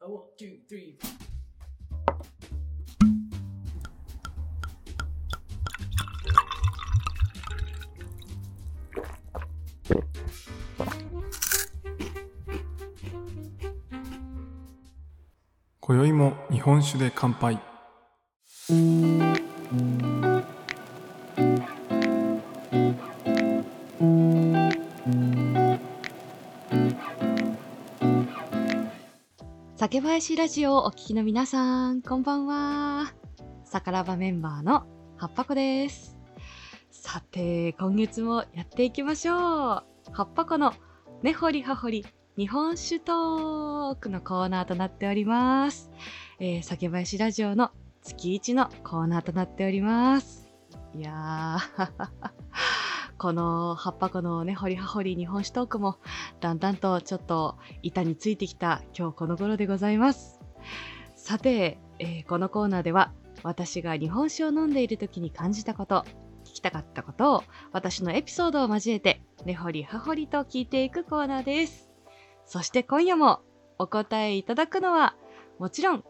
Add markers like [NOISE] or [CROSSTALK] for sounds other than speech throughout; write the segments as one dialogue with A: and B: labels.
A: あ、ワン、ツー、スリ
B: 今宵も日本酒で乾杯
C: 酒林ラジオをお聞きの皆さん、こんばんは。さからばメンバーのはっぱこです。さて、今月もやっていきましょう。はっぱこの根掘り葉掘り日本酒トークのコーナーとなっております。えー、酒林ラジオの月一のコーナーとなっております。いやー、このはっぱこの根掘り葉掘り日本酒トークもだんだんとちょっと板についてきた今日この頃でございますさて、えーこのコーナーでは私が日本酒を飲んでいる時に感じたこと聞きたかったことを私のエピソードを交えて根掘り葉掘りと聞いていくコーナーですそして今夜もお答えいただくのはもちろん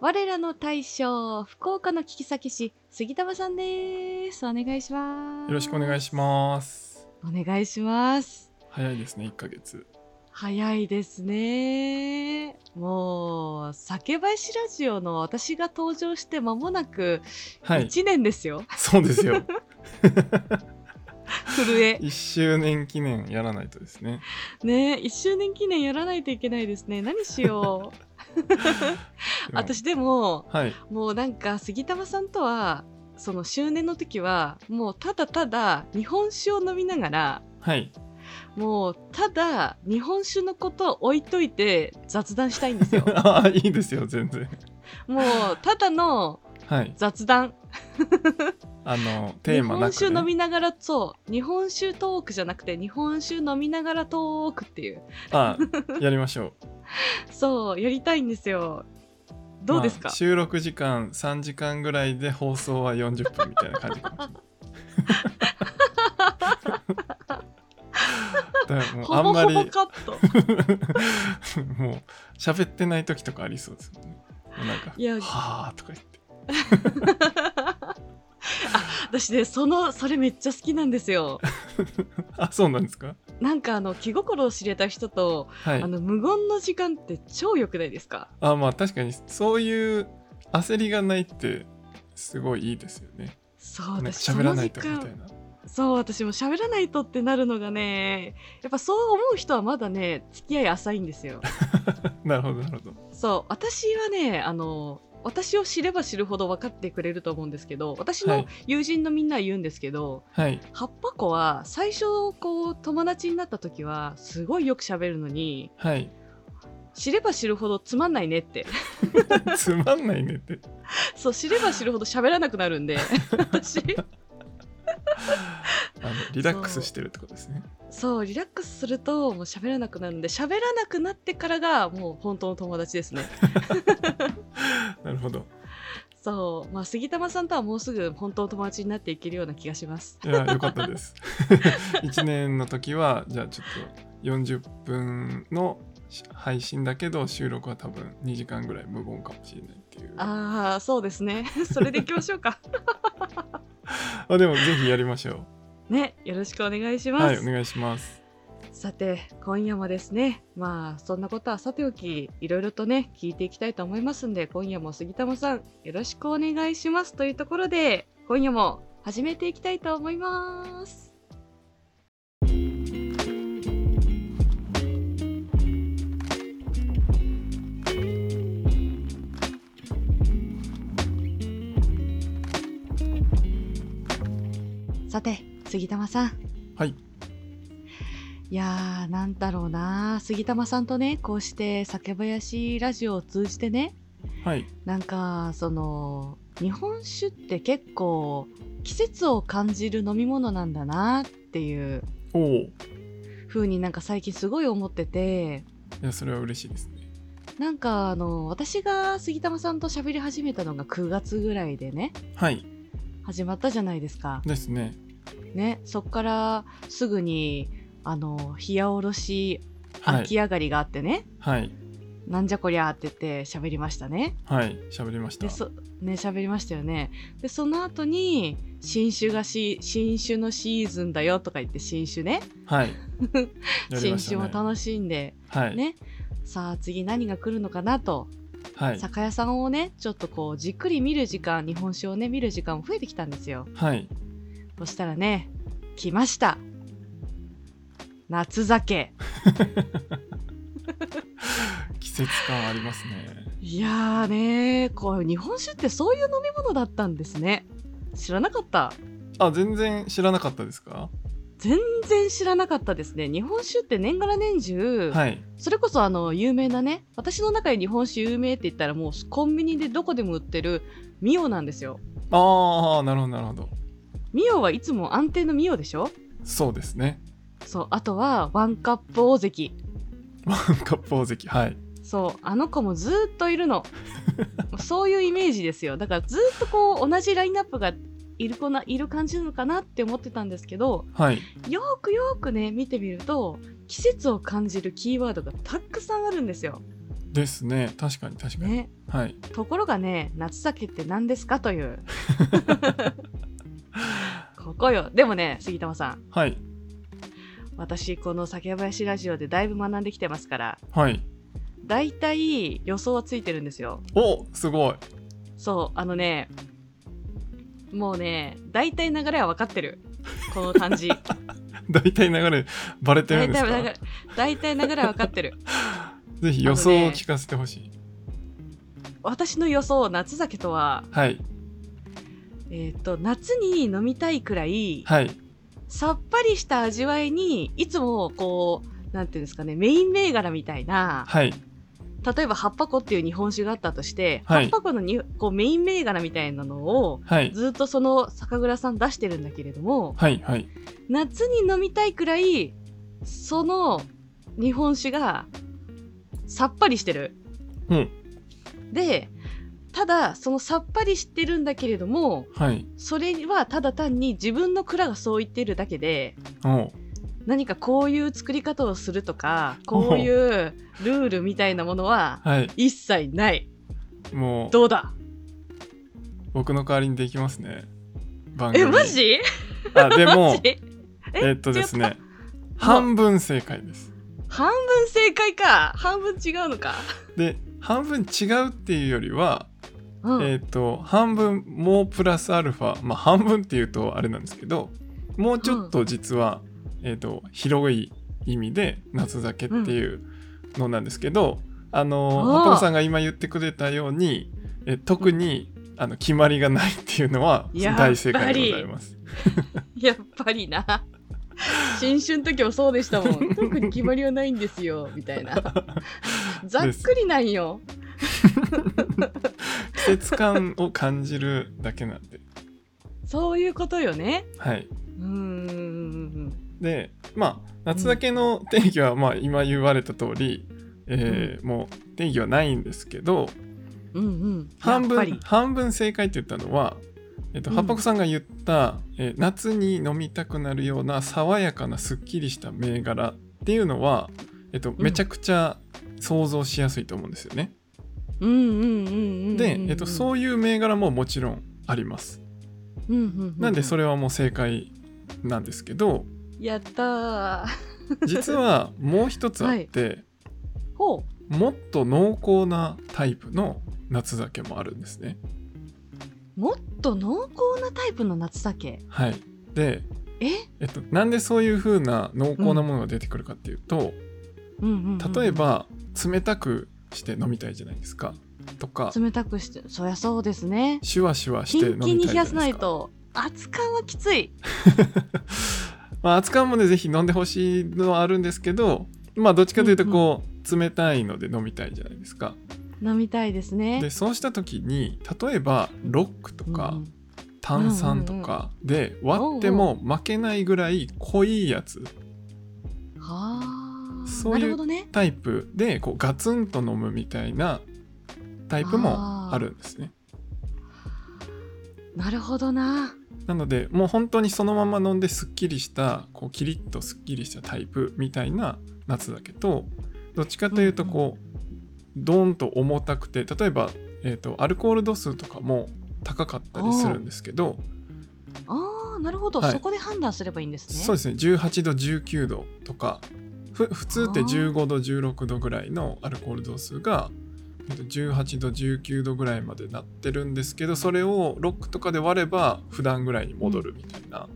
C: 我らの大将福岡の聞き先師杉玉さんですお願いします
B: よろしくお願いします
C: お願いします
B: 早いですね1ヶ月
C: 早いですねもう酒林ラジオの私が登場して間もなく
B: はい
C: 1年ですよ、
B: そうです
C: [LAUGHS]
B: よ
C: 震え
B: 1周年記念やらないとですね
C: ね1周年記念やらないといけないですね何
B: [LAUGHS]
C: しよう
B: でも
C: 私でも
B: はい
C: もうなんか杉玉さんとはその周年の時はもうただただ日本酒を飲みながら
B: はい
C: もうただ日本酒のことを置いといて雑談したいんで
B: [LAUGHS]
C: すよ
B: ああいいですよ全然
C: もうただの
B: はい
C: 雑談
B: あのテーマな
C: 日本酒
B: く、
C: 飲
B: ね、
C: みながらそう日本酒トークじゃなくて日本酒飲みながらトークっていう
B: あやりましょう
C: そうやりたいんですよ [LAUGHS] どうですか、
B: まあ収録時間3時間ぐらいで放送は40分みたいな感じかもし [LAUGHS] れないだか
C: [LAUGHS]
B: らもうあ
C: ほぼ
B: んま
C: ほ
B: り
C: ぼカット
B: [LAUGHS] もう喋ってない時とかありそうですもんね。もうなんか「[LAUGHS]
C: いや
B: はあ」とか言って
C: 私ねそのそれめっちゃ好きなんですよ
B: あそうなんですか
C: なんかあの気心を知れた人と、
B: はい
C: あの無言の時間って超良くないですか
B: あまあ確かにそういう焦りがないってすごいいいですよね。
C: そう
B: なんか
C: 私
B: 喋らないと
C: そ
B: み
C: の
B: た
C: 時間
B: いな。
C: そう私も喋らないとってなるのがねやっぱそう思う人はまだね付き合い浅いんですよ
B: なるほどなるほど。
C: そう私はねあの私を知れば知るほど分かってくれると思うんですけど私
B: は
C: の
B: い
C: 友人のみんなは言うんですけど、
B: はい
C: 葉っぱ子は最初こう友達になった時はすごいよく喋るのに
B: はい。
C: 知れば知るほどつまんないねって [LAUGHS]
B: つまんないねって。
C: そう知れば知るほど喋らなくなるんで
B: [LAUGHS]
C: 私
B: あのリラックスしてるってことですね。
C: そうリラックスするともう喋らなくなるんで喋らなくなってからがもう本当の友達ですね
B: なるほど。
C: そうまあ杉玉さんとはもうすぐ本当の友達になっていけるような気がします
B: いやよかったです。1年の時はじゃあちょっと40分の配信だけど収録は多分2時間ぐらい無言かもしれないっていう。
C: ああそうですね [LAUGHS] それでいきましょうか
B: あでもぜひやりましょ
C: ね、よろしくお願いし
B: う。
C: ます。
B: はい、お願いします。
C: さて、今夜もですね、まあ、そんなことはさておき、いろいろとね、聞いていきたいと思いますんで、今夜も杉玉さん、よろしくお願いしますというところで、今夜も始めていきたいと思います。さて、杉玉さん。
B: はい、
C: いやーなんだろうな杉玉さんとねこうして酒林ラジオを通じてね
B: はい、
C: なんかその日本酒って結構季節を感じる飲み物なんだなっていう
B: おお、い
C: 風になんか最近すごい思ってて
B: や、それは嬉しいですね。
C: なんかあの私が杉玉さんと喋り始めたのが9月ぐらいでね
B: はい、
C: 始まったじゃないですか。
B: ですね。
C: ねそっからすぐにあの冷やおろし
B: は
C: 秋
B: い、
C: 上がりがあってね、
B: はい、
C: なんじゃこりゃーって言って喋りましたね。
B: はい喋りました
C: でそね喋りましたよね。でその後に新酒がし新酒のシーズンだよとか言って新酒ね [LAUGHS]
B: はいやりま
C: 新
B: した
C: 酒
B: ね
C: も楽しんで
B: はい、
C: ねさあ次何が来るのかなと、
B: はい
C: 酒屋さんをねちょっとこうじっくり見る時間日本酒をね見る時間も増えてきたんですよ。
B: はい
C: そしたらね来ました夏酒
B: 季節感ありますね
C: いやーねこう日本酒ってそういう飲み物だったんですね知らなかった
B: あ全然知らなかったですか
C: 全然知らなかったですね日本酒って年がら年中、
B: はい
C: それこそあの有名なね私の中で日本酒有名って言ったらもうコンビニでどこでも売ってるミオなんですよ
B: ああなるほどなるほど
C: ミオはいつも安定のミオでしょ
B: そうですね
C: そうあとはワンカップ大関
B: 割烹関はい
C: そうあの子もずーっとい
B: [LAUGHS]
C: るのそういうイメージですよだからずーっとこう同じラインナップがいる子ないる感じなのかなって思ってたんですけど
B: はい
C: よーくよーくね見てみると季節を感じるキーワードがたくさんあるんですよ。
B: ですね確かに確かに、
C: ね、
B: はい
C: ところがね夏酒って何ですかという
B: [LAUGHS]
C: ここよでもね杉玉さん
B: はい
C: 私この酒林ラジオでだいぶ学んできてますから
B: はい
C: だいたい予想はついてるんですよ。
B: おすごい [LAUGHS]
C: そうあのねもうね大体流れは分かってるこの感
B: [LAUGHS]
C: じ
B: 大体流れバレてる
C: 大
B: んです
C: 体
B: か
C: 流れ大体流れは分かってる
B: ぜひ予想を聞かせてほしい、
C: 私の予想夏酒とは
B: はい
C: えっ、と夏に飲みたいくらい
B: はい
C: さっぱりした味わいにいつもこうなんていうんですかねメイン銘柄みたいな
B: はい
C: 例えば八箱っていう日本酒があったとして、
B: はい
C: 八箱のにこうメイン銘柄みたいなのを
B: はい
C: ずっとその酒蔵さん出してるんだけれども
B: はいはい
C: 夏に飲みたいくらいその日本酒がさっぱりしてる。
B: うん
C: でただそのさっぱりしてるんだけれども
B: はい
C: それはただ単に自分の蔵がそう言ってるだけで
B: お
C: 何かこういう作り方をするとかこういうルールみたいなものは
B: はい
C: 一切ない
B: もう
C: どうだ
B: 僕の代わりにできますね番
C: えマジ
B: あで
C: [LAUGHS] マ
B: も
C: ジ
B: えっとです
C: 違っ
B: ね半分正解です
C: 半分正解か半分違うのか、
B: で半分違うっていうよりは、
C: うん
B: えっ、と半分もうプラスアルファまあ半分っていうとあれなんですけどもうちょっと実は、えっ、と広い意味で夏酒っていうのなんですけど、あの
C: おー
B: ハポロさんが今言ってくれたようにえ特にあの決まりがないっていうのは
C: やっぱり
B: 大正解でございます。
C: やっぱりな新春の時もそうでしたも
B: [LAUGHS]
C: ん特に決まりはないんですよみたいなざっくりなんよ
B: 季節感を感じるだけなんで。
C: そういうことよね
B: はい、
C: うーん
B: でまあ夏酒の定義は、まあ今言われた通り、えーもう定義はないんですけど
C: うんうん
B: 半
C: やっぱ
B: 分
C: り
B: 半分正解って言ったのは、えっと
C: うん
B: 八白さんが言った、えー夏に飲みたくなるような爽やかなすっきりした銘柄っていうのは、えっと
C: ん
B: めちゃくちゃ想像しやすいと思うんですよね。
C: うんうんうんうんうんうん
B: で、えっと
C: う
B: そういう銘柄ももちろんあります。
C: んうんうんうん
B: なんでそ
C: れ
B: れはもう正解なんですけど
C: やったー
B: 実はもう一つあって。
C: [LAUGHS] ほ
B: もっと濃厚なタイプの夏酒もあるんですね。
C: うもっと濃厚なタイプの夏酒
B: はい、で、
C: え
B: えっと、なんでそういう風な濃厚なものが出てくるかっていうと、
C: うんうんうんうん
B: 例えば冷たくして飲みたいじゃないですかとか
C: 冷たくしてそりゃそうですね
B: シュワシュワし
C: キ
B: て飲
C: ン
B: みた
C: キ
B: い
C: ン
B: じ
C: に
B: ゃ
C: 冷
B: ない
C: や
B: ですか。
C: さないと熱感はきつい
B: [LAUGHS] まあ熱燗もねぜひ飲んでほしいのはあるんですけど、まあ、どっちかというとこう、冷たいので飲みたいじゃないですか。
C: 飲みたいですね
B: でそうした時に例えばロックとか、
C: うんうん
B: 炭酸とかで割っても負けないぐらい濃いやつ
C: はあ
B: そうい
C: な
B: う
C: るほどね
B: タイプでこうガツンと飲むみたいなタイプもあるんですね
C: なるほどな
B: なのでもう本当にそのまま飲んですっきりしたこうキリッとすっきりしたタイプみたいな夏だけとどっちかというとこう、ドーンと重たくて例えば、えーとアルコール度数とかも高かったりするんですけど
C: ああなるほど、
B: はい
C: そこで判断すればいいんですね
B: そうですね18度19度とかふ普通って
C: あー
B: 15度16度ぐらいのアルコール度数がえっと18度19度ぐらいまでなってるんですけどそれをロックとかで割れば普段ぐらいに戻るみたいな、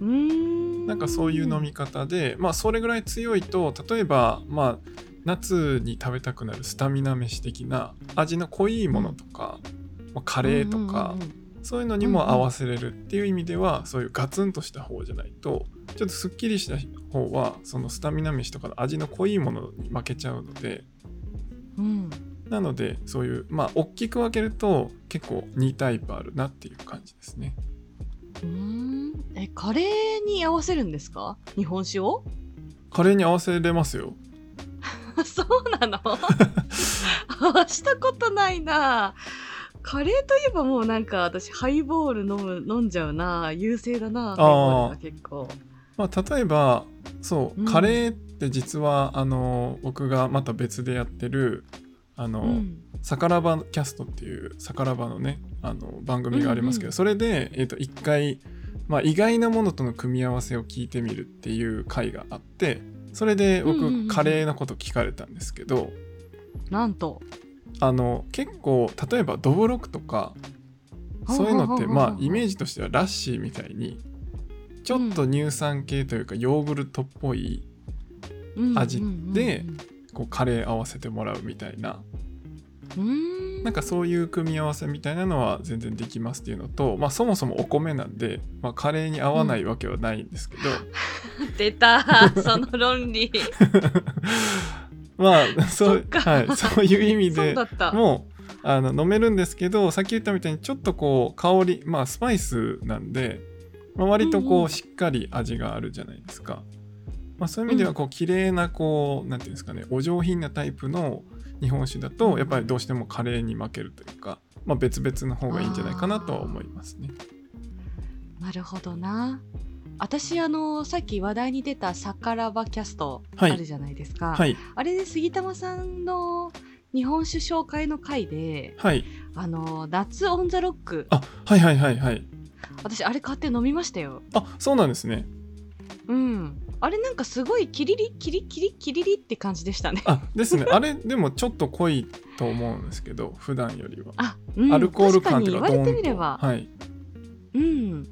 C: うーん
B: なんかそういう飲み方でまあそれぐらい強いと例えばまあ夏に食べたくなるスタミナ飯的な味の濃いものとか、まあカレーとか、
C: うんうんうんうん
B: そういうのにも合わせれるっていう意味では、そういうガツンとした方じゃないとちょっとすっきりした方はそのスタミナ飯とかの味の濃いものに負けちゃうので
C: うん
B: なのでそういうまあ大きく分けると結構2タイプあるなっていう感じですね
C: うーんえカレーに合わせるんですか日本酒を
B: カレーに合わせれますよ
C: [LAUGHS] そうなの合わ [LAUGHS] したことないなカレーといえばもうなんか私ハイボール飲む飲んじゃうな優勢だなハイボールが結構
B: まあ例えばそう
C: うん
B: カレーって実はあの僕がまた別でやってるあの、
C: うん
B: サカラバキャストっていうサカラバのねあの番組がありますけど、
C: うんうん
B: それで、えー、と1回、まあ、意外なものとの組み合わせを聞いてみるっていう回があってそれで僕、
C: うんうんうん
B: カレーのこと聞かれたんですけど
C: なんと
B: あの結構例えばどぶろくとかそういうのってまあイメー
C: ジ
B: ジとしてはラッシーみたいにちょっと乳酸系というかヨーグルトっぽい味でこうカレー合わせてもらうみたいななんかそういう組み合わせみたいなのは全然できますっていうのと、まあ、そもそもお米なんで、まあ、カレーに合わないわけはないんですけど、
C: [LAUGHS] 出
B: [LAUGHS]
C: たその論理
B: まあそう
C: そっか
B: はい、そういう意味
C: そう
B: で
C: だった
B: もうあの飲めるんですけどさっき言ったみたいにちょっとこう香り、まあ、スパイスなんで、まあ、割と
C: うん
B: こ
C: う
B: うんしっかり味があるじゃないですか、まあ、そういう意味ではこう綺麗なこうなんていうんですかねお上品なタイプの日本酒だとやっぱりどうしてもカレーに負けるというか、まあ、別々の方がいいんじゃないかなとは思いますね。
C: なるほどな私あのさっき話題に出た「サカラバキャスト」あ
B: はい
C: るじゃないですか、
B: はい
C: あれで杉玉さんの日本酒紹介の回で
B: はい
C: 「あの夏オン・ザ・ロック
B: あはいはいはいはい」
C: 私あれ買って飲みましたよ
B: あそうなんですね
C: うんあれなんかすごいキリリキリキリキリリって感じでしたね [LAUGHS]
B: あですねあれでもちょっと濃いと思うんですけど普段よりは、
C: あ、うん、
B: アルコール感
C: 確
B: と
C: かに
B: いう
C: 言
B: か
C: われて
B: ド
C: み
B: ー
C: れ
B: ンと
C: ば、
B: はい
C: うん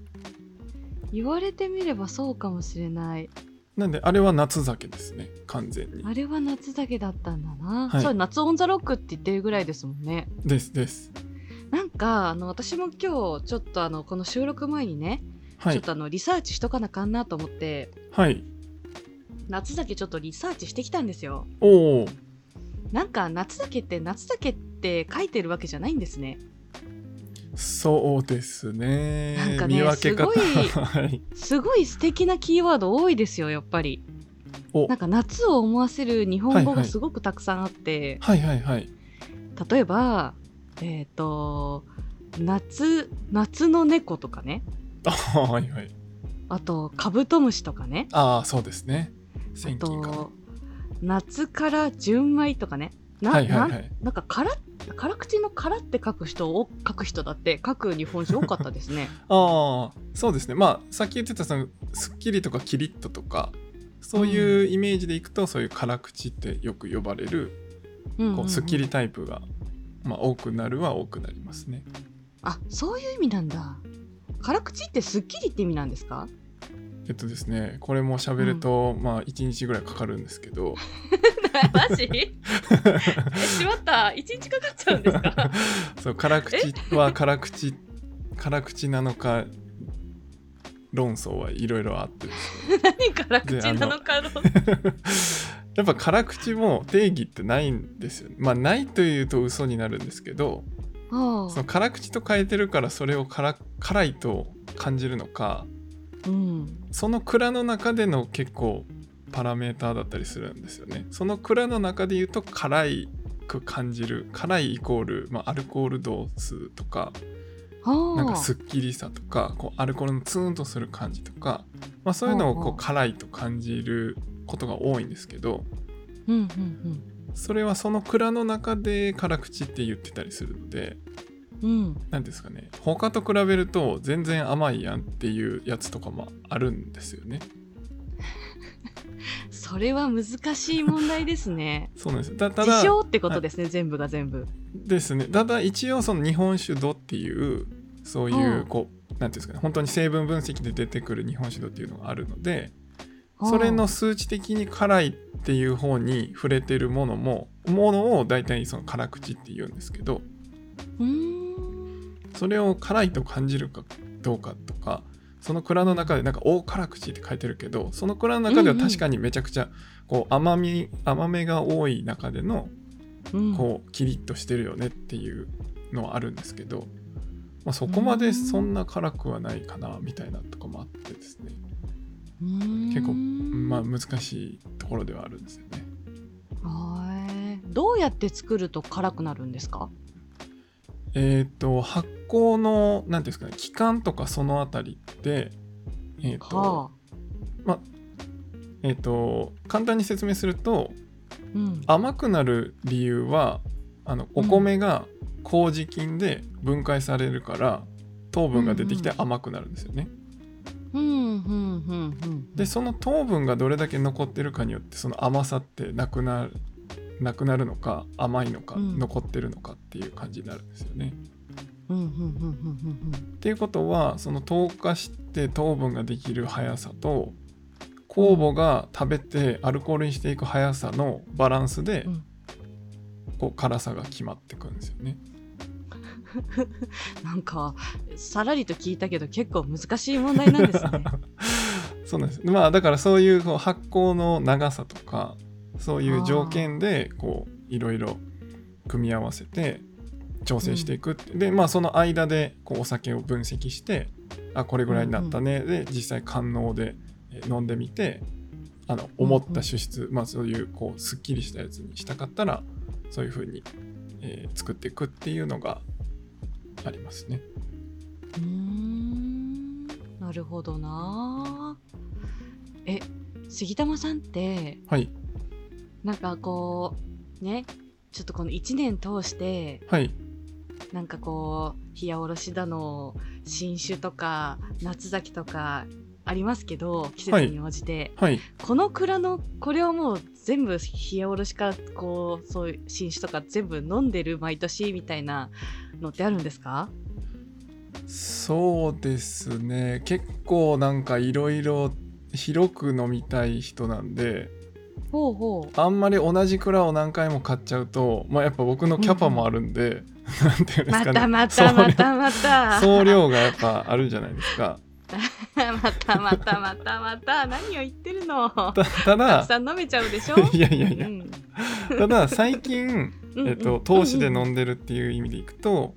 C: 言われてみればそうかもしれない
B: なんであれは夏酒ですね完全に
C: あれは夏だけだったんだな、
B: はい
C: そう夏オン・ザ・ロックって言ってるぐらいですもんね
B: ですです
C: なんかあの私も今日ちょっとあのこの収録前にね、
B: は
C: ち
B: い
C: ょっとあのリサーチしとかなあかんなと思って
B: はい
C: 夏だけちょっとリサーチしてきたんですよ
B: おおー
C: なんか夏だけって夏だけって書いてるわけじゃないんですね
B: そうですね
C: なんかね
B: 見分け方
C: すごい
B: [LAUGHS] はい
C: すごい素敵なキーワード多いですよやっぱり
B: お
C: なんか夏を思わせる日本語
B: はいは
C: が
B: い
C: すごくたくさんあって、
B: はいはいはい
C: 例えばえっ、と夏夏の猫とかね
B: あはいはい
C: あとカブトムシとかね
B: ああそうですね
C: あ
B: 千金かな
C: と夏から純米とかねな,、
B: はいはいは
C: ないなんかから辛口の辛って書く人を書く人だって書く日本酒多かったです
B: [LAUGHS]
C: ね
B: ああそうですねまあさっき言ってたそのすっきりとかキリッととかそういうイメージでいくと、そういう辛口ってよく呼ばれる
C: うんうんうん
B: こうすっきりタイプが、まあ、多くなるは多くなりますね。
C: あそういう意味なんだ辛口ってすっきりって意味なんですか
B: えっとですねこれも喋ると、まあ1日ぐらいかかるんですけど
C: [LAUGHS] マジしまった一日かかっちゃうんで
B: [LAUGHS]
C: すか
B: そう辛口は辛口辛口なのか論争はいろいろあって [LAUGHS] ですね
C: 何辛
B: 口なの
C: かろ
B: やっぱ辛口も定義ってないんですよ、ね、まあないというと嘘になるんですけど [LAUGHS]
C: う
B: その辛口と変えてるからそれを辛辛いと感じるのか
C: うん、
B: その蔵の中での結構パラメーターだったりするんですよねその蔵の中で言うと辛いく感じる辛いイコール、まあ、アルコール度数とか
C: はあ
B: なんかすっきりさとかこうアルコールのツーンとする感じとか、まあ、そういうのを
C: ほう
B: こ
C: ほ
B: う
C: う
B: 辛いと感じることが多いんですけど
C: うんうん
B: それはその蔵の中で辛口って言ってたりするので
C: うん
B: 何ですかね他と比べると全然甘いやんっていうやつとかもあるんですよね
C: それは難しい問題ですね
B: そうなん [LAUGHS] ですたただ
C: 自称ってことですね、全部が全部
B: ですねただ一応その日本酒度っていうそういううんこう何ていうんですかね本当に成分分析で出てくる日本酒度っていうのがあるのでそれの数値的に辛いっていう方に触れてるものもものを大体その辛口って言うんですけど
C: うーん
B: それを辛いと感じるかどうかとかその蔵の中でなんか大辛口って書いてるけどその蔵の中では確かにめちゃくちゃこう甘み甘めが多い中での
C: うん
B: こうキリッとしてるよねっていうのはあるんですけど、まあ、そこまでそんな辛くはないかなみたいなとかもあってですね、
C: うーん
B: 結構まあ、難しいところではあるんですよね。
C: はーいどうやって作ると辛くなるんですか
B: えっ、と発酵の何ていうんですかね期間とかそのあたりってえっ、と,、
C: は
B: えー、と簡単に説明すると
C: あ、うん、
B: 甘くなる理由はあのお米が麹菌で分解されるから糖分が出てきて甘くなるんですよね。
C: うんうんうんうん
B: でその糖分がどれだけ残ってるかによってその甘さってなくなるなくなるのか甘いのか、
C: うん
B: 残ってるのかっていう感じになるんですよね。
C: うんうんうんうんう
B: っ
C: ん
B: ていうことはその糖化して糖分ができる速さと酵母が食べてアルコールにしていく速さのバランスで、
C: うん
B: こう辛さが決まってくるんですよね。
C: うんなんかさらりと聞いたけど結構難しい問題なんで
B: [LAUGHS]
C: すね
B: そうなんですまあだからそういうこう発酵の長さとかそういう条件でこういろいろ組み合わせて調整していくって、でまあその間でこうお酒を分析してあこれぐらいになったね、で実際官能でえー飲んでみてあの思った酒質、まあそういうこうすっきりしたやつにしたかったらそういう風に、えー作っていくっていうのがありますね。
C: うーんなるほどなえ杉玉さんって
B: はい
C: なんかこうねちょっとこの1年通して
B: はい
C: なんかこう冷やおろしだの新酒とか夏酒とかありますけど季節に応じて、
B: はい
C: この蔵のこれはもう全部冷やおろしからこうそういう新酒とか全部飲んでる毎年みたいなのってあるんですか
B: そうですね結構なんかいろいろ広く飲みたい人なんで
C: ほうほ
B: あんまり同じ蔵を何回も買っちゃうとまあやっぱ僕のキャパもあるんで、なんていうんで
C: う
B: す
C: ま
B: かね
C: たまたまたま
B: 送料 [LAUGHS] 送料
C: た
B: がやっぱあるじゃないですか [LAUGHS]
C: またまたまたまた何を言ってるの
B: た
C: た
B: た
C: く
B: だ
C: さん飲めちゃうでしょ
B: いやいやいうや
C: ん
B: ただ最近えっと投資で飲んでるっていう意味でいくと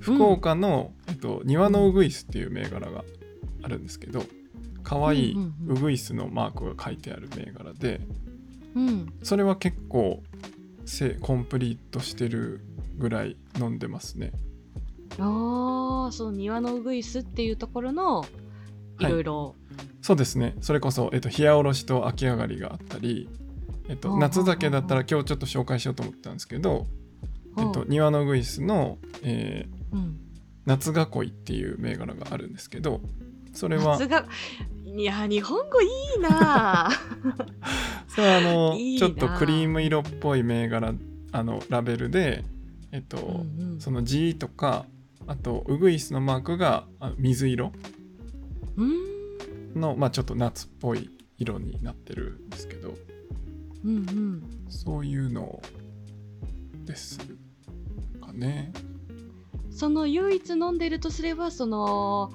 B: 福岡の、えっと、庭のウグイスっていう銘柄があるんですけど可愛い
C: うんうんう
B: ウ
C: ん
B: グイスのマークが書いてある銘柄で
C: うんうん
B: それは結構せコンプリートしてるぐらい飲んでますね
C: ああその庭のウグイスっていうところのいろいろ
B: そうですねそれこそ、えっと、冷やおろしと秋上がりがあったり、えっ
C: うん
B: と、
C: うんうんうん
B: 夏酒だったら今日ちょっと紹介しようと思ったんですけど、えっと、庭のグイスの、えー
C: うん
B: 夏囲いっていう銘柄があるんですけどそれは
C: さすがいや日本語いい
B: [LAUGHS]
C: な
B: それはあの
C: いい
B: ち
C: な
B: ょっとクリーム色っぽい銘柄あのラベルで、えっと
C: うんうん
B: その G とかあとウグイスのマークがあ水色
C: うーん
B: の、まあ、ちょっと夏っぽい色になってるんですけど
C: うんうん
B: そういうのですかね
C: その唯一飲んでるとすればその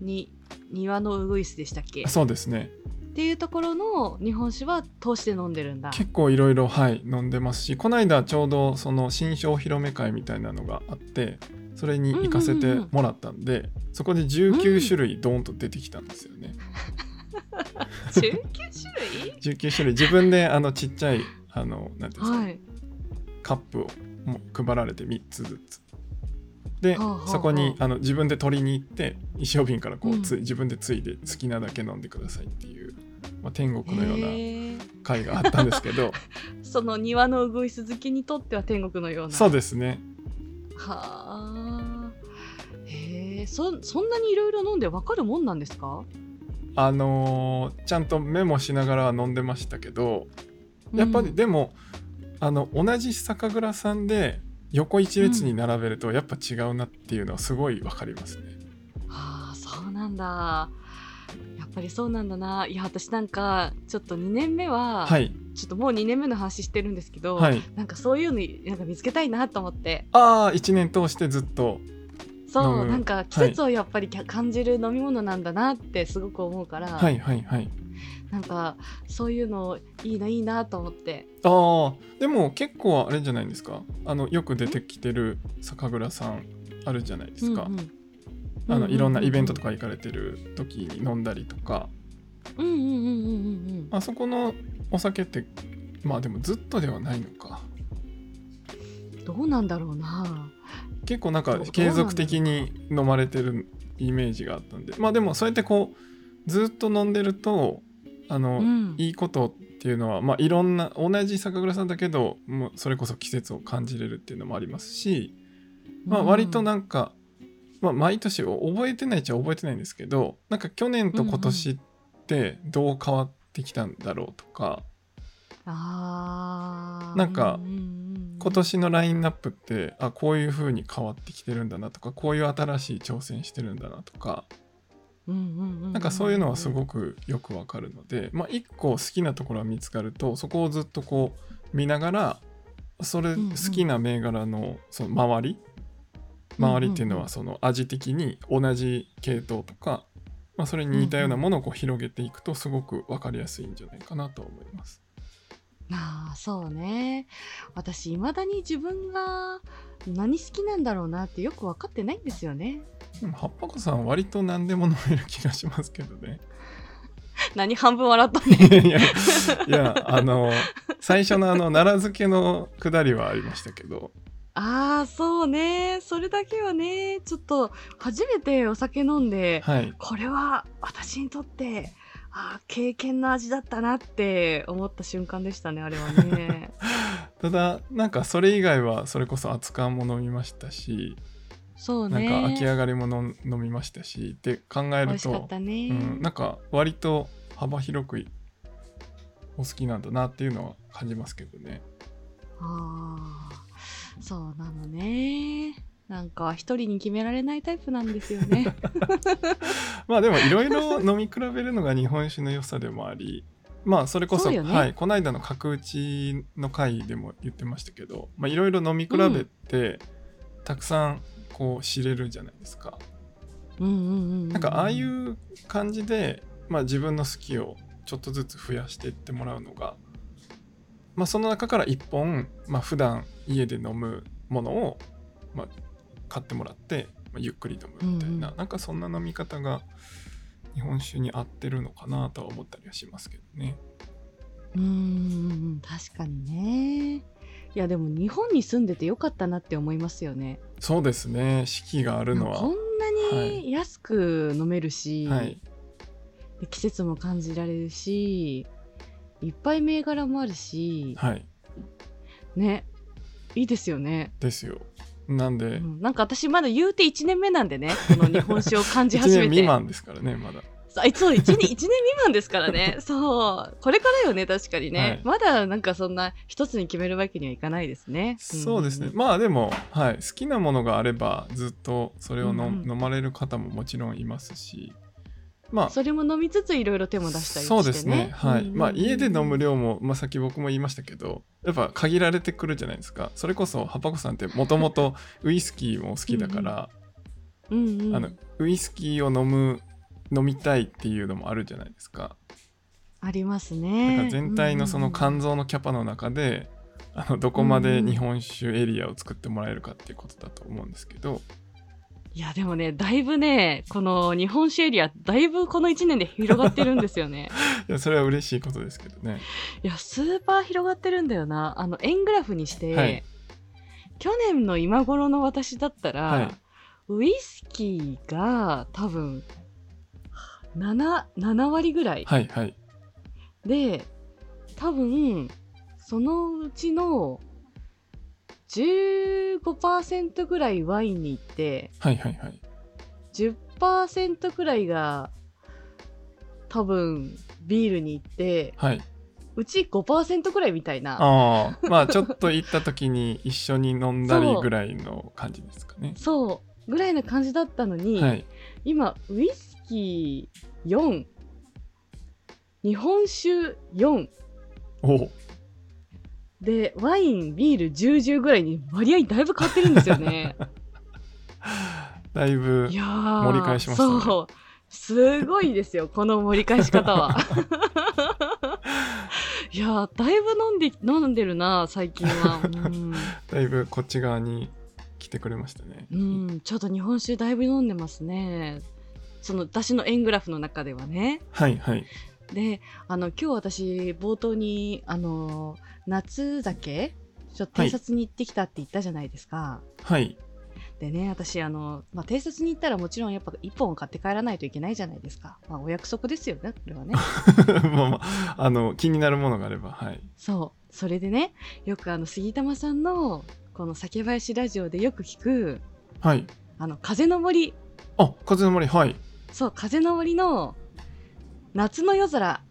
C: に庭のウグイスでしたっけっ
B: そうですね
C: ていうところの日本酒は通して飲んでるんだ
B: 結構いろいろはい飲んでますしこの間ちょうどその新商お披露目会みたいなのがあってそれに行かせてもらったんで、そこで19種類ドーンと出てきたんですよね、
C: [LAUGHS] 19種類
B: 19種類自分であのちっちゃいあのなんていうんですか、
C: はい
B: カップをもう配られて3つずつで
C: はあはあはあ
B: そこにあの自分で取りに行って一升瓶からこ
C: う
B: うんつい、自分でついで好きなだけ飲んでくださいっていうまあ、天国のような
C: へえ
B: 回があったんですけど、
C: [LAUGHS] その庭のうぐいす好きにとっては天国のような
B: そうですね
C: はあへえそそんなにいろいろ飲んでわかるもんなんですか
B: あのーちゃんとメモしながらは飲んでましたけどやっぱり、でもあの同じ酒蔵さんで横一列に並べるとやっぱ違うなっていうのはすごいわかりますね。
C: うんはあそうなんだやっぱりそうなんだないや私なんかちょっと2年目は、
B: はい、
C: ちょっともう2年目の話してるんですけど、
B: はい、
C: なんかそういうのなんか見つけたいなと思って
B: ああ1年通してずっと
C: そう、
B: うん
C: なんか季節をやっぱり感じる飲み物なんだなってすごく思うから、
B: はいはいはい。
C: なんかそういうのいいないいなと思って
B: ああでも結構あれじゃないですかあのよく出てきてる酒蔵さんあるじゃないですか、
C: うんうん
B: あのいろんなイベントと
C: か、
B: か行かれてる時に飲んだりとか
C: うんうんうんうんうん
B: あそこのお酒ってまあでもずっとではないのか
C: うん、どうなんだろうな
B: 結構なんか
C: どう
B: 継続的に飲まれてるイメージがあったんでまあでもそうやってこうずっと飲んでるとあの、
C: うん
B: いいことっていうのは、まあ、いろんな同じ酒蔵さんだけどもうそれこそ季節を感じれるっていうのもありますし、まあ、割となんか、まあ、毎年覚えてないっちゃ覚えてないんですけどなんか去年と今年ってどう変わってきたんだろうとか、
C: あー
B: なんか
C: うううんうん
B: 今年のラインナップってあこういう風に変わってきてるんだなとかこういう新しい挑戦してるんだなとか
C: うんうんうん
B: なんかそういうのはす
C: い
B: ごくよくわかるので、まあ、一個好きなところが見つかるとそこをずっとこう見ながらそれ
C: うんうん
B: 好きな銘柄のその周り周りっていうのはその味的に同じ系統とか、まあ、それに似たようなものをこう広げていくとすごくわかりやすいんじゃないかなと思います。
C: あーそうね私いまだに自分が何好きなんだろうなってよく分かってないんですよね
B: でも八箱さんは割と何でも飲める気がしますけど
C: [LAUGHS]
B: ね。
C: [LAUGHS] 何半分笑ったね
B: いやいやあの最初のあの奈良漬けのくだりはありましたけど
C: ああそうねそれだけはねちょっと初めてお酒飲んで
B: はい
C: これは私にとってあー経験の味だったなって思った瞬間でしたねあれはね
B: ただなんかそれ以外はそれこそ熱燗も飲みましたし、
C: [LAUGHS] そう
B: なん
C: ね
B: か秋上がりもの飲みましたしって考え
C: 美
B: る
C: 味しかっ
B: と、
C: たね、
B: うん、なんか割と幅広くお好きなんだなっていうのは感じますけどね。
C: ああ、そうなのね。なんか一人に決められないタイプなんですよね。
B: まあでもいろいろ飲み比べるのが日本酒の良さでもありまあそれこそ
C: そうよね
B: はい、この間の角打ちの回でも言ってましたけどまあいろいろ飲み比べて、たくさんこう知れるじゃないですか。
C: うんうんうん。
B: なんかああい。う感じで、まあ、自分の好きをちょっとずつ増やしていってもらうのが、まあ、その中から一本、まあ普段家で飲むものを、まあ、買ってもらって、まあ、ゆっくり飲むみたいな、
C: うんう
B: なんかそんな飲み方が日本酒に合ってるのかなとは思ったりはしますけどね。
C: うんうんうん、確かにね。いやでも日本に住んでてよかったなって思いますよね。
B: そうですね四季があるのは
C: こんなに安く飲めるし、
B: はい
C: で季節も感じられるし、いっぱい銘柄もあるし、
B: はい
C: ね、いいですよね。
B: ですよ。なんで、
C: うんなんか私まだ言うて1年目なんでね、この日本酒を感じ
B: 1
C: 始
B: 年
C: め
B: 未
C: て。
B: 満ですからねまだ。
C: そうあいつも1年 ,1 年未満ですからねそうこれからよね確かにね、
B: はい
C: まだなんかそんな一つに決めるわけにはいかないですね
B: そうですね、
C: ん
B: まあでも、はい、好きなものがあればずっとそれをの、
C: うんうん
B: 飲まれる方ももちろんいますしまあ
C: それも飲みつついろいろ手も出したりして、
B: そ
C: ね、
B: うですねはい、
C: うんうんうん
B: まあ家で飲む量も、まあ、さっき僕も言いましたけどやっぱ限られてくるじゃないですかそれこそハパコさんってもともと [LAUGHS] ウイスキーも好きだから
C: うんうん
B: あのウイスキーを飲む飲みたいっていうのもあるじゃないですか
C: あります
B: だ
C: ね
B: から全体のその
C: うんうん
B: 肝臓のキャパの中であのどこまで日本酒エリアを作ってもらえるかっていうことだと思うんですけど、
C: うんいやでもねだいぶねこの日本酒エリアだいぶこの1年で広がってるんですよ
B: [LAUGHS]
C: ね
B: いやそれは嬉しいことですけどね。
C: いやスーパー広がってるんだよなあの円グラフにして、
B: はい
C: 去年の今頃の私だったら、
B: はい
C: ウイスキーが多分 7, 7割ぐらい
B: はいはい。
C: で多分そのうちの15%ぐらいワインに行って
B: はいはいはい
C: 10%くらいが多分ビールに行って
B: はい。
C: うち5%くらいみたいな
B: ああ、まあちょっと行った時に一緒に飲んだりぐらいの感じですかね。
C: そうぐらいの感じだったのに、
B: はい。
C: 今ウイスキー4日本酒4
B: おう
C: でワインビール1010ぐらいに割合だいぶ変わってるんです
B: [LAUGHS]
C: よね
B: だいぶ
C: いや
B: 盛
C: 盛
B: り返しましたね
C: そうすごいですよこの盛り返し
B: [LAUGHS]
C: 方はいやーだいぶ飲んで飲んでるな最近はうん
B: だいぶこっち側に来てくれましたね。
C: うん、ちょっと日本酒だいぶ飲んでますね。その私の円グラフの中ではね。
B: はいはい
C: で、あの今日私冒頭にあの夏酒ちょっと
B: はい
C: 偵察に行ってきたって言ったじゃないですか。
B: はい [LAUGHS]
C: でね、私あのまあ偵察に行ったらもちろんやっぱ一本を買って帰らないといけないじゃないですか。まあお約束ですよね。これ
B: [LAUGHS]
C: はね。
B: まあまああの気になるものがあればはい
C: そう。それでね、よくあの杉玉さんのこの酒林ラジオでよく聞く
B: はい
C: あの風の森
B: あ風の森はい
C: そう、風の森の夏の夜空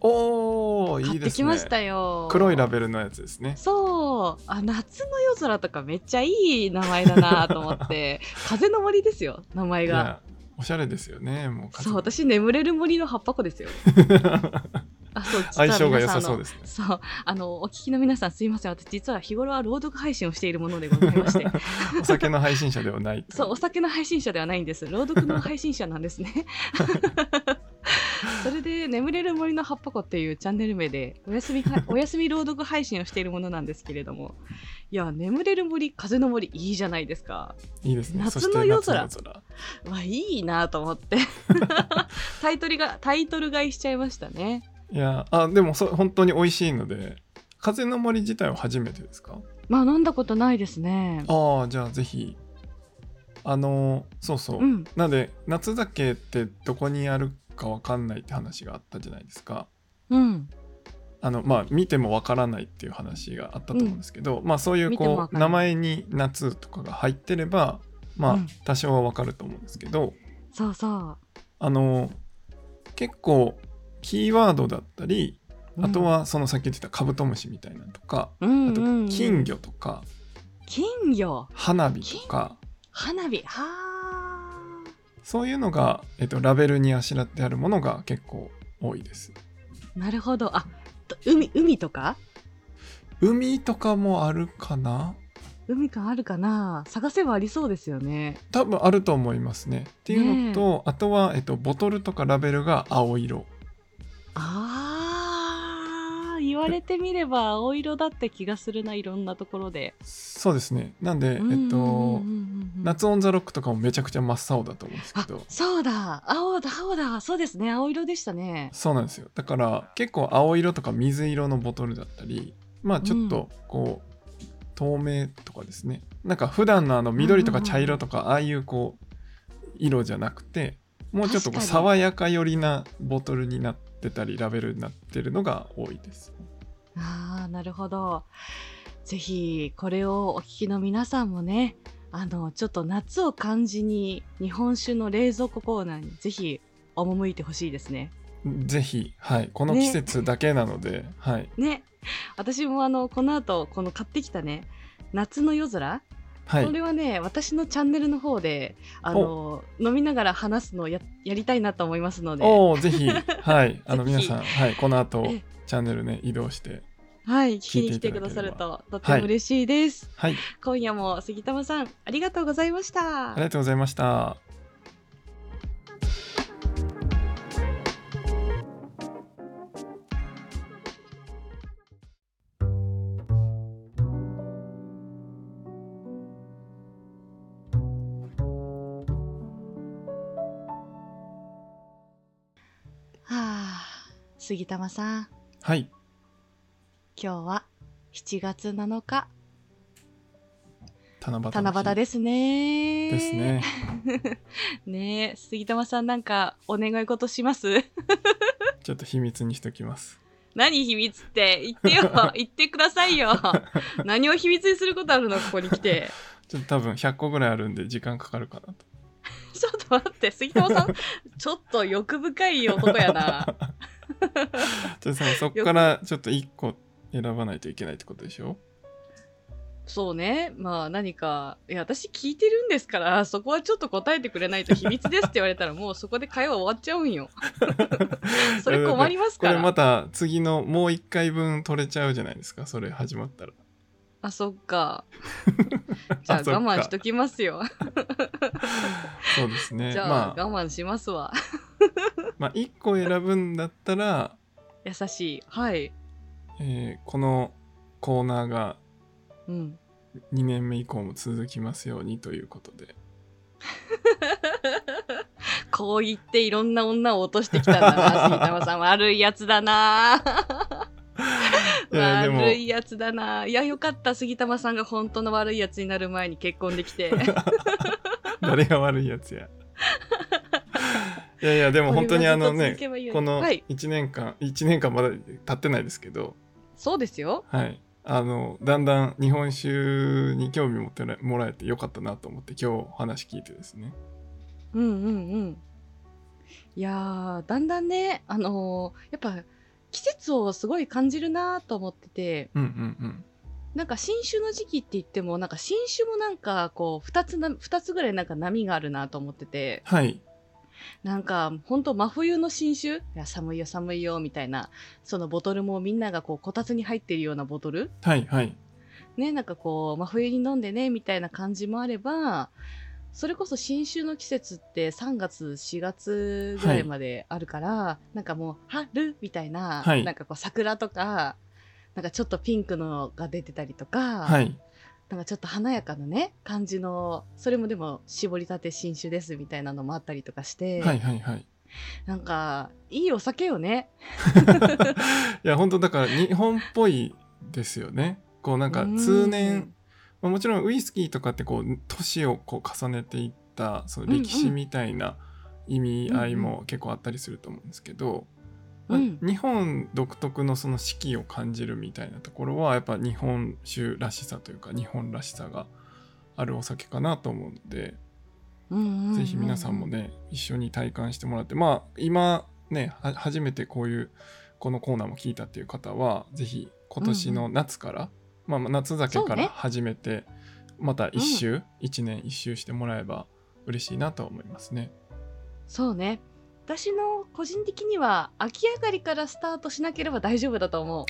B: おおい
C: 買
B: い
C: っ
B: で
C: て
B: す
C: き
B: ね
C: ましたよ。
B: 黒いラベルのやつですね
C: そう、あ、夏の夜空とかめっちゃいい名前だなと思
B: [LAUGHS]
C: って、風の森ですよ、名前
B: い
C: が。
B: やおしゃれですよねもう風
C: そう、私眠れる森の葉っぱ子ですよ。あ、そう、実は
B: [LAUGHS] 相
C: 皆さ
B: 性
C: ん
B: が良さそうですね
C: あのそう、あの、お聞きの皆さんすいません、私実は日頃は朗読配信をしているものでございまして、
B: [LAUGHS] お酒の配信者ではない
C: そう、お酒の配信者ではないんです。朗読の配信者なんで
B: [LAUGHS]
C: すね。それで、眠れる森の葉っぱ子っていうチャンネル名で、おやすみは、
B: [LAUGHS]
C: おやすみ朗読配信をしているものなんですけれども、いや、眠れる森、風の森、いいじゃないですか。
B: いいですね
C: 夏の
B: そして
C: 夜空
B: 夏の夜
C: わ、いいなと
B: [LAUGHS]
C: 思って。タイトルが、タイトル買いしちゃいましたね。
B: いやあでもそ本当に美味しいので風の森自体は初めてですか
C: まあ、飲んだことないですね。
B: ああじゃあぜひあのそうそう、
C: うん。
B: なんで夏酒ってどこにあるかわかんないって話があったじゃないですか
C: うん。
B: あのまあ見てもわからないっていう話があったと思うんですけど、まあそういう
C: 見てもわ
B: こ
C: か
B: う
C: らな
B: 名前
C: い
B: に夏とかが入ってればまあ
C: うん
B: 多少はわかると思うんですけど、
C: そうそう。
B: あの結構キーワードだったり
C: うん
B: あと、はそのさっき言ってたカブトムシみたいなのとか、
C: うん
B: あと
C: うんうん
B: 金。魚とか
C: 金魚。
B: 花火とか
C: 花火。はー。
B: そういうのが、えっと、ラベルにあしらってあるものが結構多いです。
C: なるほど。あ、と海、海とか
B: 海とかもあるかな
C: 海かあるかな探せばありそうですよね。
B: 多分あると思いますね。っていうのと、あとは、えっと、ボトルとかラベルが青色。
C: あー、言われてみれば青色だって気がするな、いろんなところで。
B: そうですね。なんで、えっと、夏オンザロックとかもめちゃくちゃ真っ青だと思うんですけ
C: あ
B: ど、
C: そうだ、青だ、青だ、そうですね、青色でしたね。
B: そうなんですよ。だから結構青色とか水色のボトルだったり、まあちょっとこう、透明とかですね。なんか普段のあの緑とか茶色とか、ああいうこう、色じゃなくて、もうちょっとこう
C: 確かに
B: 爽やか寄りなボトルになってたり、ラベルになってるのが多いです。
C: あー、なるほど。ぜひ、これをお聞きの皆さんもね、あの、ちょっと夏を感じに、日本酒の冷蔵庫コーナーにぜひ赴いてほしいですね。
B: ぜひ、はい、この
C: ね
B: 季節だけなので、はい、
C: ね私もあのこの後この買ってきたね夏の夜空、
B: は
C: こ
B: い、
C: れはね私のチャンネルの方であの飲みながら話すのをややりたいなと思いますので
B: おお、ぜ
C: [LAUGHS]
B: ひ、はい、あの
C: ぜひ
B: 皆さん、はい、この後
C: え
B: チャンネルね移動して、
C: はい
B: 聞
C: 聞
B: い
C: き
B: て
C: に
B: いただけれ
C: 来てく
B: ば
C: ださるととっても嬉しいです、
B: はい、
C: 今夜も杉玉さんありがとうございました
B: ありがとうございました。
C: はあ杉玉さん
B: はい、
C: 今日は7月7日
B: 七夕の日
C: 七夕ですね
B: ですね。
C: ねえ杉玉さんなんかお願い事します [LAUGHS]
B: ちょっと秘密にしときます。
C: 何秘密って言って
B: [LAUGHS]
C: よ言ってくださいよ何を秘密にすることあるのここに来て
B: ちょっと多分100個ぐらいあるんで時間かかるかなと。
C: ちょっと待って杉友さんちょっと欲深い男や
B: [LAUGHS]
C: な
B: じゃあさそこからちょっと1個選ばないといけないってことでしょ
C: そうねまあ何かいや私聞いてるんですから [LAUGHS] そこはちょっと答えてくれないと秘密ですって言われたらもうそこで会話終わっちゃうんよ [LAUGHS] それ困ります
B: こ
C: か
B: れ
C: ら
B: また次のもう1回分取れちゃうじゃないですかそれ始ま
C: [LAUGHS]
B: ったら。
C: あそ
B: [LAUGHS]
C: っかじゃあ
B: あそっか
C: 我慢しときますよ
B: そうですね。
C: じゃあ、
B: まあ、
C: 我慢しますわ
B: まあ1個選ぶんだったら、
C: 優しいはい
B: えーこのコーナーが
C: うん
B: 2年目以降も続きますようにということで。
C: こう言っていろんな女を落としてきたんだな杉玉さん悪いやつだな
B: [LAUGHS] いやでも
C: 悪いやつだないやよかった杉玉さんが本当の悪いやつになる前に結婚できて
B: 誰が悪いやつや。いやいやでも本当にあのねこの
C: はい
B: 1年間、1年間まだ経ってないですけど、
C: そうですよ
B: はい、あのだんだん日本酒に興味持ってもらえてよかったなと思って今日お話聞いてですね。
C: うんうんうんいやーだんだんねあのーやっぱ季節をすごい感じるなーと思ってて
B: うんうん
C: なんか新酒の時期って言ってもなんか新酒もなんかこう2つな二つぐらいなんか波があるなと思ってて
B: はい。
C: なんか本当真冬の新酒いや寒いよ寒いよみたいなそのボトルもみんながこうこたつに入ってるようなボトル
B: はいはい。
C: ねなんかこう真冬に飲んでねみたいな感じもあればそれこそ新酒の季節って3月4月ぐらいまであるから、なんかもう春みたいな、
B: はい
C: なんかこう桜とかなんかちょっとピンクのが出てたりとか、
B: はい。
C: なんかちょっと華やかなね感じのそれもでも絞りたて新酒ですみたいなのもあったりとかして、
B: はいはいはい。
C: なんかいいお酒よね
B: いや本当だから日本っぽいですよね。こうなんか通年、まあもちろんウイスキーとかってこう年をこう重ねていったその歴
C: うん
B: 史
C: うん
B: みたいな意味合いも結構あったりすると思うんですけど、まあ
C: うん
B: 日本独特のその四季を感じるみたいなところはやっぱ日本酒らしさというか日本らしさがあるお酒かなと思うので、
C: うんうんうん
B: ぜひ皆さんもね一緒に体感してもらってまあ今ねは初めてこういうこのコーナーも聞いたっていう方はぜひ今年の夏から、まあまあ、夏酒
C: そ
B: か
C: うね
B: ら始めて、また一周、一年一周してもらえば嬉しいなと思いますね。 [LAUGHS]
C: そうね私の個人的には秋上がりからスタートしなければ大丈夫だと思う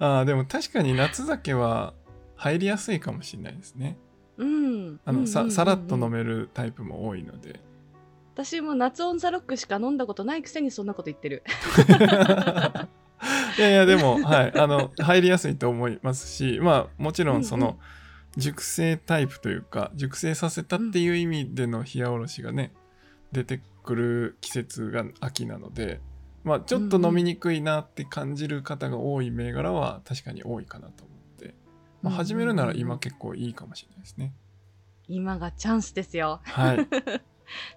B: あーでも確かに夏酒は入りやすいかもしれないですね。
C: うん
B: あの、
C: うんうんうんう
B: さ
C: ん
B: さらっと飲めるタイプも多いので。
C: 私も夏オンザロックしか飲んだことないくせにそんなこと言ってる
B: いやいやでも、はい、あの入りやすいと思いますしまあもちろんその、
C: うんう
B: 熟成タイプというか熟成させたっていう意味での冷やおろしがね出てくる季節が秋なので、まあ、ちょっと飲みにくいなって感じる方が多い銘柄は確かに多いかなと思って、まあ、始めるなら今結構いいかもしれないですね。
C: 今がチャンスですよ [LAUGHS]
B: はい、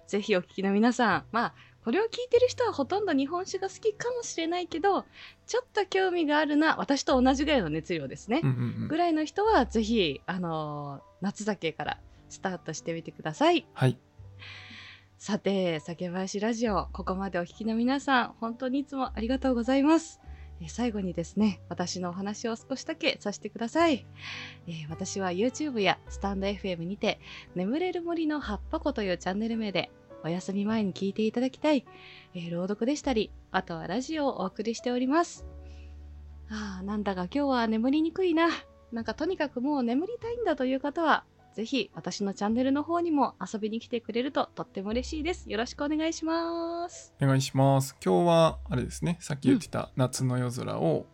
C: ぜひお聞きの皆さん、まあ、これを聞いてる人はほとんど日本酒が好きかもしれないけど、ちょっと興味があるな、私と同じぐらいの熱量ですね
B: う。んうんう
C: ぐ
B: ん
C: らいの人は、ぜひ、あのー夏酒からスタートしてみてください。
B: はい
C: さて、酒林ラジオ、ここまでお聞きの皆さん、本当にいつもありがとうございます。えー最後にですね、私のお話を少しだけさせてください。えー私は YouTube やスタンド FM にて、眠れる森の葉っぱ子というチャンネル名で、お休み前に聞いていただきたい、えー朗読でしたり、あとはラジオをお送りしております。ああ、なんだか今日は眠りにくいな。なんかとにかくもう眠りたいんだという方は、ぜひ私のチャンネルの方にも遊びに来てくれるととっても嬉しいです。よろしくお願いします。
B: お願いします。今日はあれですね、さっき言ってた夏の夜空を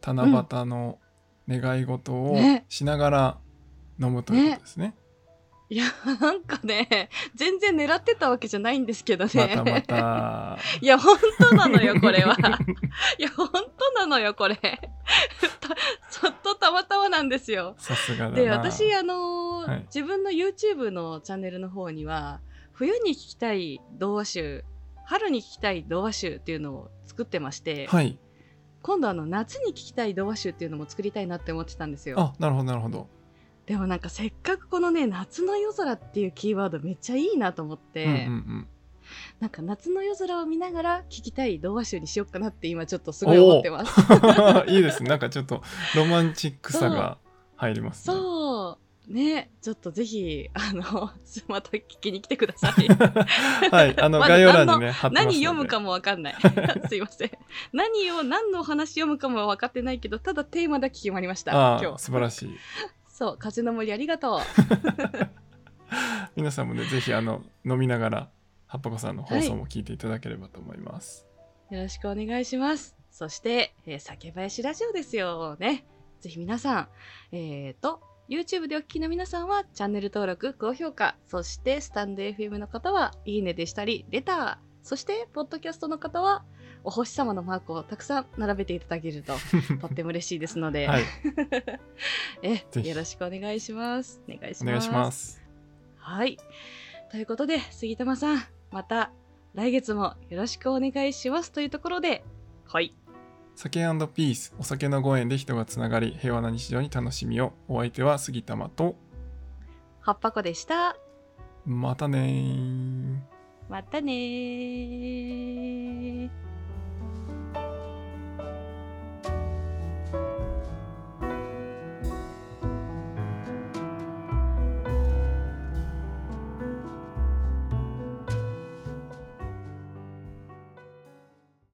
B: 七夕の願い事を
C: ね
B: しながら飲むということですね。
C: いや、なんかね、全然狙ってたわけじゃないんですけどね。
B: またまた。
C: [LAUGHS] いや、本当なのよ、これは。いや、本当なのよ、これ。たちょっとたまたまなんですよ。
B: さすがだな。
C: で、私、あのー
B: はい
C: 自分の YouTube のチャンネルの方には、冬に聞きたい童話集、春に聞きたい童話集っていうのを作ってまして、
B: はい。
C: 今度あの夏に聞きたい童話集っていうのも作りたいなって思ってたんですよ
B: あなるほどなるほど、
C: でもなんかせっかくこのね「夏の夜空」っていうキーワードめっちゃいいなと思って、
B: うんうん
C: なんか夏の夜空を見ながら聞きたい童話集にしようかなって今ちょっとすごい思ってます
B: うん [LAUGHS] いいですねなんかちょっとロマンチックさが入りますね
C: そうねちょっとぜひあの [LAUGHS] また聞きに来て
B: [LAUGHS]
C: ください
B: [LAUGHS] はいあの
C: [LAUGHS] まだ
B: 概要欄にね貼ってますので
C: 何読むかもわかんない [LAUGHS] すいません何を何のお話読むかも分かってないけどただテーマだけ決まりました
B: あ
C: 今
B: あ
C: 日
B: 素晴らしい
C: そう風の森ありがとう
B: 皆さんもねぜひあの飲みながら葉っぱ子さんの放送も聞いていただければと思います、
C: よろしくお願いします。そして、えー、酒林ラジオですよね。ぜひ皆さん、えっ、と、YouTube でお聞きの皆さんは、チャンネル登録、高評価、そして、スタンド FM の方は、いいねでしたり、レター、そして、ポッドキャストの方は、お星様のマークをたくさん並べていただける [LAUGHS] と、とっても嬉しいですので、
B: はい
C: え
B: ぜひ
C: よろしくお願いします。お願いします。
B: お願いします
C: はい。ということで、杉玉さん、また来月もよろしくお願いしますというところで、はい。
B: 酒ピースお酒のご縁で人がつながり平和な日常に楽しみをお相手は杉玉と
C: 葉っぱ子でした。
B: またねー
C: またねー。